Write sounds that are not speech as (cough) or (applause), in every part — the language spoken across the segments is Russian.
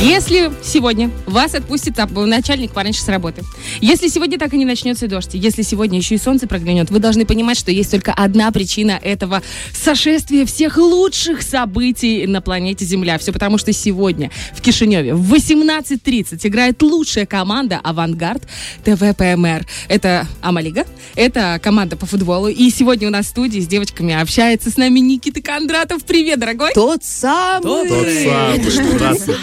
Если сегодня вас отпустит об- начальник пораньше с работы, если сегодня так и не начнется дождь, если сегодня еще и солнце проглянет, вы должны понимать, что есть только одна причина этого сошествия всех лучших событий на планете Земля. Все потому, что сегодня в Кишиневе в 18.30 играет лучшая команда «Авангард» ТВПМР. Это Амалига, это команда по футболу. И сегодня у нас в студии с девочками общается с нами Никита Кондратов. Привет, дорогой! Тот самый. Тот самый. Здравствуй.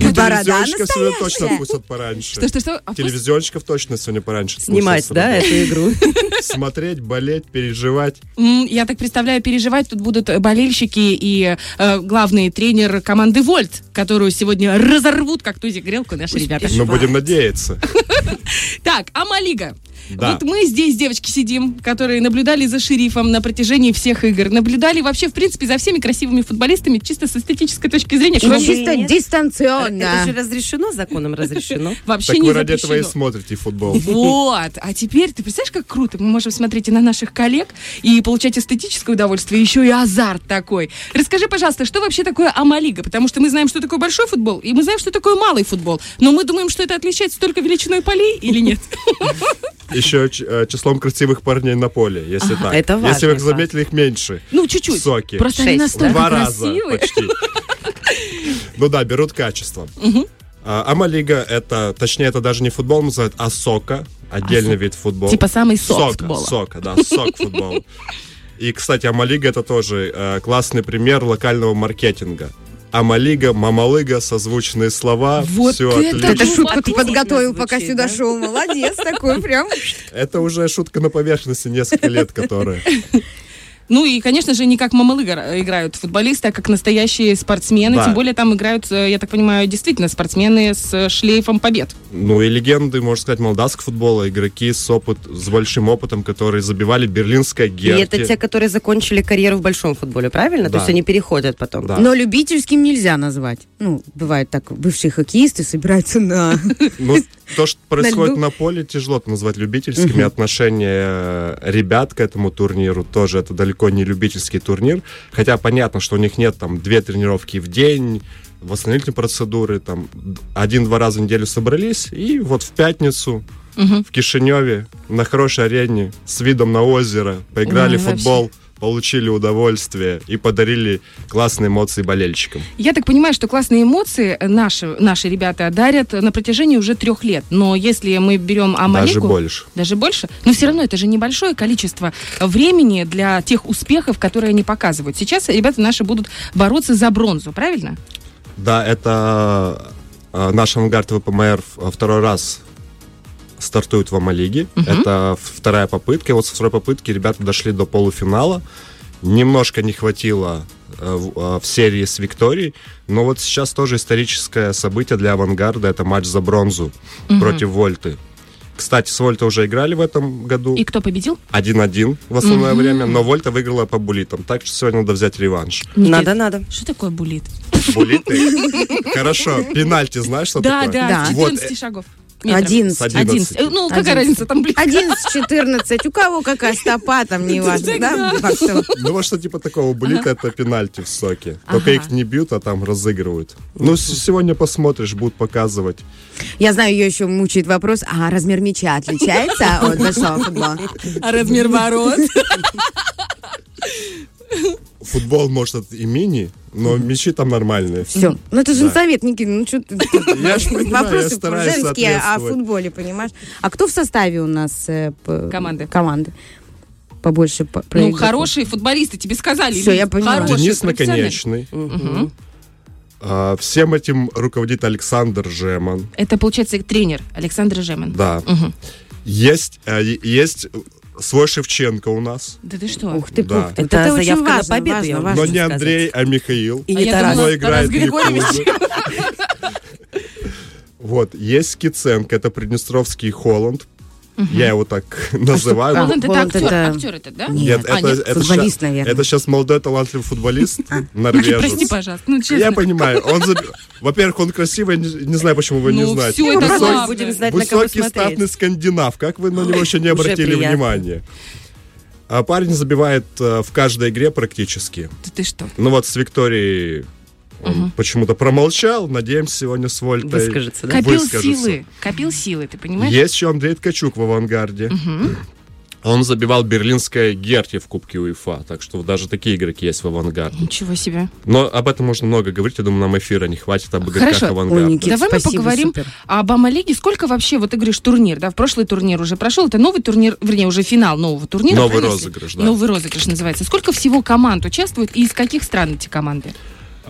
Ну, Борода Телевизионщиков сегодня точно настоящая. отпустят пораньше. Что, что, что? А, пусть- Телевизионщиков точно сегодня пораньше. Снимать, отпустят с да, эту игру? работы. Смотреть, болеть, переживать. М, Я так представляю, переживать тут будут э, болельщики и э, главный тренер команды Вольт, которую сегодня разорвут, как тузик грелку наши ребята. Но будем надеяться. Так, Амалига. Да. Вот мы здесь, девочки, сидим, которые наблюдали за шерифом на протяжении всех игр. Наблюдали вообще, в принципе, за всеми красивыми футболистами, чисто с эстетической точки зрения. Ну, кроме- Ну, Чисто нет. Э, Это же дистанционно. разрешено, законом (laughs) разрешено. Вообще Так не вы ради этого и запрещено. смотрите футбол. Вот. А теперь, ты представляешь, как круто? Мы можем смотреть и на наших коллег и получать эстетическое удовольствие, еще и азарт такой. Расскажи, пожалуйста, что вообще такое Амалига? Потому что мы знаем, что такое большой футбол, и мы знаем, что такое малый футбол. Но мы думаем, что это отличается только величиной полей или (laughs) нет? Еще ч- э, числом красивых парней на поле, если так. это Если важный вы их заметили, их меньше. Ну, чуть-чуть. Соки. Просто они Шесть, настолько Два раза красивые. почти. (laughs) Ну да, берут качеством. А, Амалига это, точнее, это даже не футбол называют, а сока. Отдельный вид футбола. Типа самый сок Сока, футбола. Сока, да, сок футбол. И, кстати, Амалига это тоже э, классный пример локального маркетинга. Амалига, мамалыга, созвучные слова, Вот все это отлично. Это Ну, шутку ты отлично подготовил, пока звучит, сюда да? шел. Молодец, такой прям. Это уже шутка на поверхности несколько лет, которая. Ну и, конечно же, не как мамалыга играют футболисты, а как настоящие спортсмены. Да. Тем более там играют, э, я так понимаю, действительно спортсмены с э, шлейфом побед. Ну и легенды, можно сказать, молдавского футбола, игроки с, опыт, с большим опытом, которые забивали берлинское И герки. это те, которые закончили карьеру в большом футболе, правильно? То Да. есть они переходят потом. Ну, Да. Но любительским нельзя назвать. Ну, бывает так, бывшие хоккеисты собираются (laughs) на... Ну, то, (laughs) что происходит льду. на поле, тяжело назвать любительскими. Отношение э, ребят к этому турниру тоже это далеко не любительский турнир. Хотя понятно, что у них нет там две тренировки в день, восстановительные процедуры, там д- один-два раза в неделю собрались, и вот в пятницу в Кишиневе на хорошей арене с видом на озеро поиграли Ой, в футбол, получили удовольствие и подарили классные эмоции болельщикам. Я так понимаю, что классные эмоции наши, наши ребята дарят на протяжении уже трех лет. Но если мы берем Амалику... Даже больше. Даже больше? Но все равно это же небольшое количество времени для тех успехов, которые они показывают. Сейчас ребята наши будут бороться за бронзу, правильно? Да, это э, наш ангард ВПМР в- второй раз стартует в Амалиге. Это в- вторая попытка. И вот со второй попытки ребята дошли до полуфинала. Немножко не хватило э, в э, в серии с Викторией. Но вот сейчас тоже историческое событие для авангарда. Это матч за бронзу против Вольты. Кстати, с Вольта уже играли в этом году. И кто победил? 1-1 в основное время, но Вольта выиграла по булитам. Так что сегодня надо взять реванш. Никит, Надо, надо. Что такое булит? Булиты. Хорошо, пенальти знаешь, что да, такое? да, Да. с 14 Вот, э, шагов. метров. С 11. 11. Э, Ну, какая 11. разница там, блин? 11-14. У кого какая стопа, там не важно, да? Как-то Ну, вот что типа такого булита, это пенальти в соке. Только Ага. их не бьют, а там разыгрывают. Ну, с- сегодня посмотришь, будут показывать. Я знаю, ее еще мучает вопрос, а размер мяча отличается от большого футбола? А размер ворот? Футбол, может, это и мини, но мячи там нормальные. Все. Ну это же Да. на совет, Никита, ну (laughs) что ты... Я ж понимаю, я Вопросы стараюсь женские о соответствовать. футболе, понимаешь? А кто в составе у нас? э, п- Команды. Команды. Побольше по- про Ну, игроков. хорошие футболисты, тебе сказали. Всё, Лиз, я поняла. хорошие, Денис профессиональные. Наконечный. А, Всем этим руководит Александр Жеман. Это, получается, тренер Александр Жемин. Да. Есть, э, е- есть свой Шевченко у нас. Да ты что? Ух ты, Да. пух ты. Это очень заявка на важно, победу, я важно, вам важно. Но не сказать. Андрей, а Михаил. И А не я Тарас. думала, Но играет Тарас Григорьевич. Якуза. (laughs) Вот, есть Киценко, это Приднестровский Холланд. Я его так (laughs) называю. там? Холланд это Холланд актер, это- актер это, да? Нет, А, это, нет, это щас- футболист, наверное. Это сейчас молодой талантливый футболист, норвежец. Прости, пожалуйста. Ну, честно. Я понимаю. Он, заби- во-первых, он красивый, не, не знаю, почему вы не Ну, знаете. всё, это Высокий- главное. Будем знать, на кого Высокий смотреть. статный скандинав. Как вы на него еще не Уже обратили приятно. внимания? А парень забивает э, в каждой игре практически. Да ты что? Ну вот с Викторией Он почему-то промолчал. Надеемся, сегодня с Вольтой Выскажется, да? Копил выскажется. силы. Копил силы, ты понимаешь? Есть еще Андрей Ткачук в авангарде. Он забивал берлинское Герти в Кубке УЕФА, так что даже такие игроки есть в авангарде. Ничего себе. Но об этом можно много говорить, я думаю, нам эфира не хватит об игроках Хорошо. авангарда. Ой, Никит, Давай мы спасибо, поговорим супер. А об Амалиге. Сколько вообще, вот ты говоришь, турнир, да, в прошлый турнир уже прошел, это новый турнир, вернее, уже финал нового турнира. Новый пронесли. розыгрыш, да. Новый розыгрыш называется. Сколько всего команд участвует и из каких стран эти команды?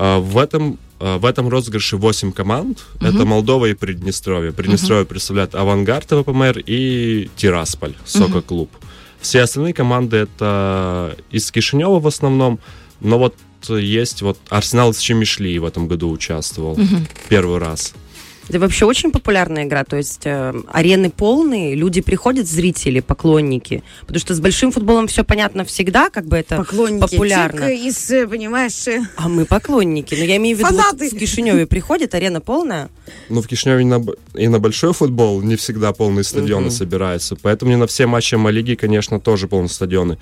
А, В этом, а, в этом розыгрыше 8 команд. Это Молдова и Приднестровье. Приднестровье представляет Авангард ВПМР и Тирасполь, Сока-клуб. Все остальные команды это из Кишинева в основном. Но вот есть вот Арсенал с Чемишли в этом году участвовал первый раз. Это вообще очень популярная игра, то есть э, арены полные, люди приходят, зрители, поклонники, потому что с большим футболом все понятно всегда, как бы это Поклонники популярно. Тик из, э, понимаешь, э, А мы поклонники, но я имею в виду, вот Фанаты. в Кишиневе приходит, арена полная, Ну, в Кишиневе и на, б- и на большой футбол не всегда полные стадионы собираются. Поэтому не на все матчи Малиги, конечно, тоже полные стадионы.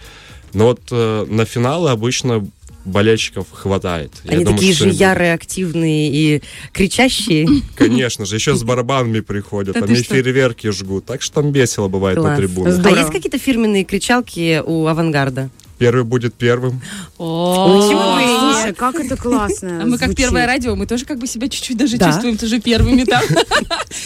Но вот э, на финалы обычно болельщиков хватает. Я они думаю, такие что же им- ярые, активные и (laughs) кричащие. Конечно же, еще с барабанами приходят, Да там ты и что? фейерверки жгут. Так что там весело бывает на Класс. трибунах. А Здорово. есть какие-то фирменные кричалки у авангарда? Первый будет первым. О, Почему бы и нет? Слушай, как (laughs) это классно А мы как звучит. первое радио, мы тоже как бы себя чуть-чуть даже Да. чувствуем тоже первыми там.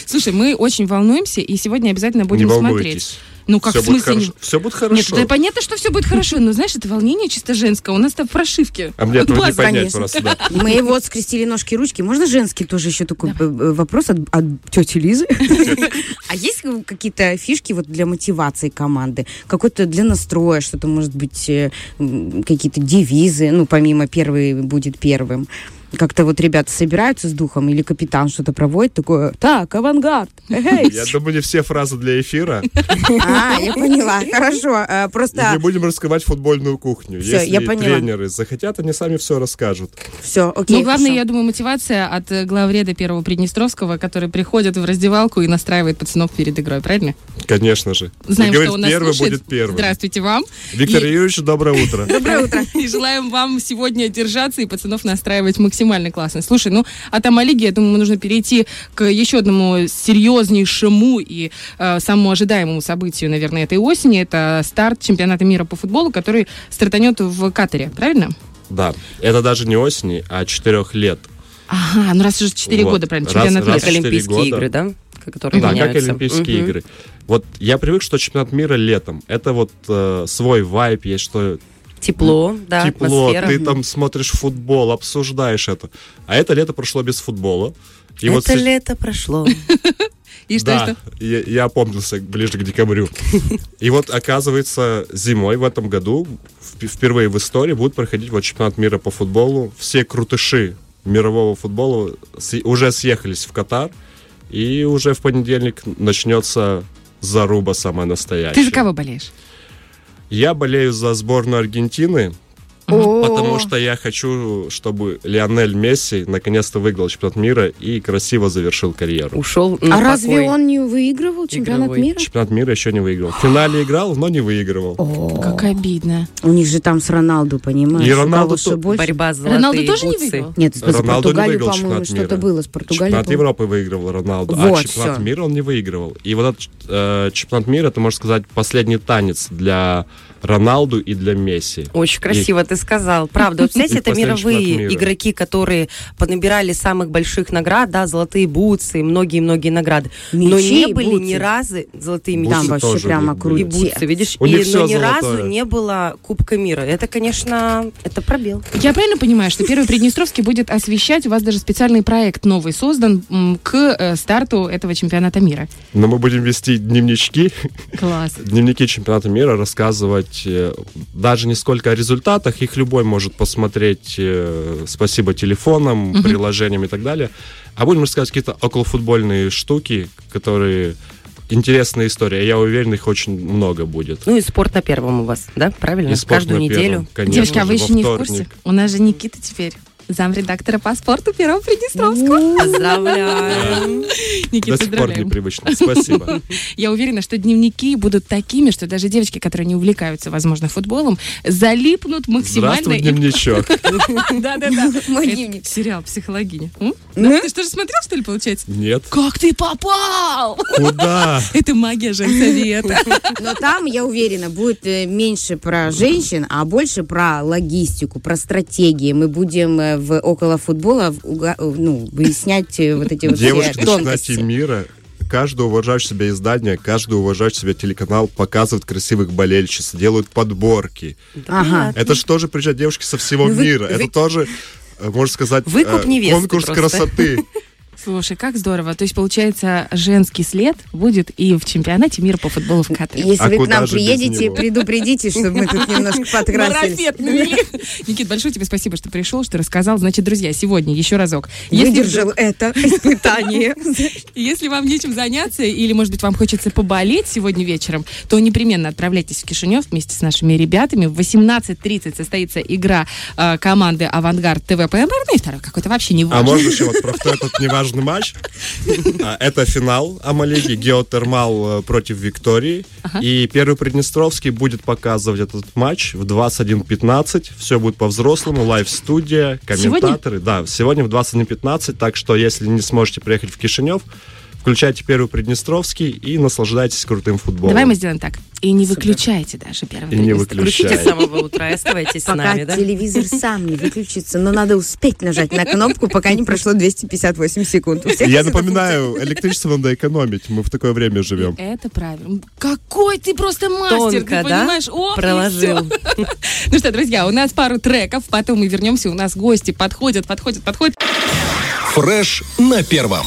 Слушай, мы очень волнуемся и сегодня обязательно будем не смотреть. волнуйтесь. Ну как все в будет смысле? не- хорошо. Все будет Нет, ну, хорошо. да понятно, что все будет хорошо, но знаешь, это волнение чисто женское. У нас там в прошивке. А мне этого не База. понять конечно. (laughs) просто. да. Мы вот скрестили ножки и ручки. Можно женский тоже еще такой э, э, вопрос от, от тети (laughs) Лизы? А есть какие-то фишки вот для мотивации команды? Какой-то для настроя, что-то, может быть, э, м, какие-то девизы, ну, помимо первый будет первым. Как-то вот ребята собираются с духом, или капитан что-то проводит, такое, так, авангард, эй!» Я думаю, не все фразы для эфира. (laughs) А, я (laughs) поняла, хорошо. Э, И не Просто будем раскрывать футбольную кухню. Всё, Если я поняла. тренеры захотят, они сами все расскажут. все, окей. Ну, главное, хорошо. я думаю, мотивация от э, главреда первого Приднестровского, который приходит в раздевалку и настраивает пацанов перед игрой, правильно? Конечно же. Знаем, И говорит, что он нас первый слушает. будет первым. Здравствуйте вам. Виктор И- Юрьевич, доброе утро. (laughs) Доброе утро. И желаем вам сегодня держаться и пацанов настраивать максимально классно. Слушай, ну, а там о лиге, я думаю, нужно перейти к еще одному серьезнейшему и э, самому ожидаемому событию, наверное, этой осени. Это старт чемпионата мира по футболу, который стартанет в Катаре, правильно? Да, это даже не осени, а четырех лет. Ага, ну раз уже 4 Вот. года, правильно, Раз- чемпионат раз мира. Как четыре Олимпийские года. игры, да? Которые Да, как меняются. Олимпийские Мгм. игры. Вот я привык, что чемпионат мира летом. Это вот э, свой вайп, есть что Тепло, да, тепло, атмосфера. ты там смотришь футбол, обсуждаешь это. А это лето прошло без футбола. И вот Это с- лето прошло. И что, и да, что? Я, я опомнился ближе к декабрю. И вот, оказывается, зимой в этом году вп- впервые в истории будет проходить вот чемпионат мира по футболу. Все крутыши мирового футбола с- уже съехались в Катар. И уже в понедельник начнется заруба самая настоящая. Ты за кого болеешь? Я болею за сборную Аргентины, О, потому что я хочу, чтобы Лионель Месси наконец-то выиграл чемпионат мира и красиво завершил карьеру. (laughs) Ушел на А разве покой. он не выигрывал чемпионат Игровой. мира? Чемпионат мира еще не выиграл. В финале играл, но не выигрывал. Как обидно. У них же там с Роналду, понимаешь? И у кого Роналду что то- больше. Борьба за Роналду золотые тоже не бутсы. выиграл? Нет, за Роналду не Португалию, выиграл по-моему, чемпионат что-то мира. было с Португалией. Чемпионат по-моему. Европы выиграл Роналду, Вот, а чемпионат всё. мира он не выигрывал. И вот этот э, чемпионат мира, это, можно сказать, последний танец для Роналду и для Месси. Очень красиво ты сказал. (laughs) Правда, вот И представляете, это последний мировые чемпионат мира. игроки, которые понабирали самых больших наград, да, золотые бутсы, многие-многие награды. но Мечи не и были бутсы. ни разу золотые мечи. Там Бутсы вообще тоже прямо были. И крутец. бутсы, видишь, У и них всё но ни разу золотое. не было Кубка мира. Это, конечно, это пробел. Я правильно понимаю, что Первый Приднестровский будет освещать, у вас даже специальный проект новый создан м, к э, старту этого чемпионата мира. Но мы будем вести дневнички, Класс. дневники чемпионата мира, рассказывать э, даже не сколько о результатах, их любой может посмотреть, э, спасибо телефонам, приложениям и так далее. А будем рассказывать какие-то околофутбольные штуки, которые интересная история. Я уверен, их очень много будет. Ну и спорт на первом у вас, да? Правильно? И спорт Каждую на неделю. первом, конечно Девочки, а же, вы во еще не в вторник. курсе? У нас же Никита теперь. замредактора по спорту Перова Приднестровского. Ну, Поздравляю. Никита, До сих пор поздравляем. непривычно. (laughs) Спасибо. Я уверена, что дневники будут такими, что даже девочки, которые не увлекаются, возможно, футболом, залипнут максимально. Здравствуй, и- дневничок. Да-да-да. (laughs) Мой Это дневник. Сериал «Психологиня». М? Ну? Ты что же смотрел, что ли, получается? Нет. Как ты попал? Куда? Это магия женсовета. Но там, я уверена, будет э, меньше про женщин, а больше про логистику, про стратегии. Мы будем э, в около футбола в уга- э, ну, выяснять э, вот эти вот все Девушки, тонкости. начинайте мира. Каждый уважающий себя издание, каждый уважающий себя телеканал показывает красивых болельщиц, делают подборки. Ага. Это же тоже приезжают девушки со всего Ну вы- мира. вы- Это тоже, э, можно сказать, э, Выкуп невесты конкурс просто. красоты. Слушай, как здорово. То есть, получается, женский след будет и в чемпионате мира по футболу в Катаре. Если А вы к куда нам же без приедете, него? предупредите, чтобы мы тут (laughs) немножко покрасились. Марафет навели. (laughs) Никит, большое тебе спасибо, что пришел, что рассказал. Значит, друзья, сегодня еще разок. Если Выдержал (laughs) это испытание. Если вам нечем заняться или, может быть, вам хочется поболеть сегодня вечером, то непременно отправляйтесь в Кишинев вместе с нашими ребятами. В 18.30 состоится игра э, команды «Авангард ТВПМР». Ну и второй какой-то вообще не А важно. можно еще вот про второй этот неважный матч? А, Это финал Амалиги, геотермал э, против Виктории. И первый Приднестровский будет показывать этот матч в 21.15. Все будет по-взрослому, лайв-студия, комментаторы. Да, сегодня в 21.15, так что если не сможете приехать в Кишинев, включайте первый Приднестровский и наслаждайтесь крутым футболом. Давай мы сделаем так. И не выключайте даже первый И не Приднестровский. Включите с выключай. самого утра и оставайтесь с Пока нами, да? телевизор сам не выключится, но надо успеть нажать на кнопку, пока не прошло 258 секунд. У всех Я есть эта напоминаю, электричество надо экономить. Мы в такое время живем. Это правильно. Какой ты просто мастер, Тонко, ты да? понимаешь? Ох, и Проложил. всё. (laughs) Ну что, друзья, у нас пару треков, потом мы вернемся, у нас гости подходят, подходят, подходят. Фреш на первом.